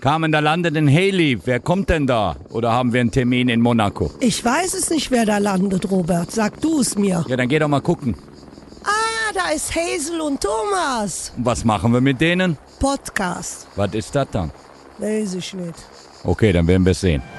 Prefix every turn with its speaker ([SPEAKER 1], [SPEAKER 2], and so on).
[SPEAKER 1] Carmen, da landet ein Heli. Wer kommt denn da? Oder haben wir einen Termin in Monaco?
[SPEAKER 2] Ich weiß es nicht, wer da landet, Robert. Sag du es mir.
[SPEAKER 1] Ja, dann geh doch mal gucken.
[SPEAKER 2] Ah, da ist Hazel und Thomas.
[SPEAKER 1] Und was machen wir mit denen?
[SPEAKER 2] Podcast.
[SPEAKER 1] Was ist das dann?
[SPEAKER 2] Weiß ich nicht.
[SPEAKER 1] Okay, dann werden wir es sehen.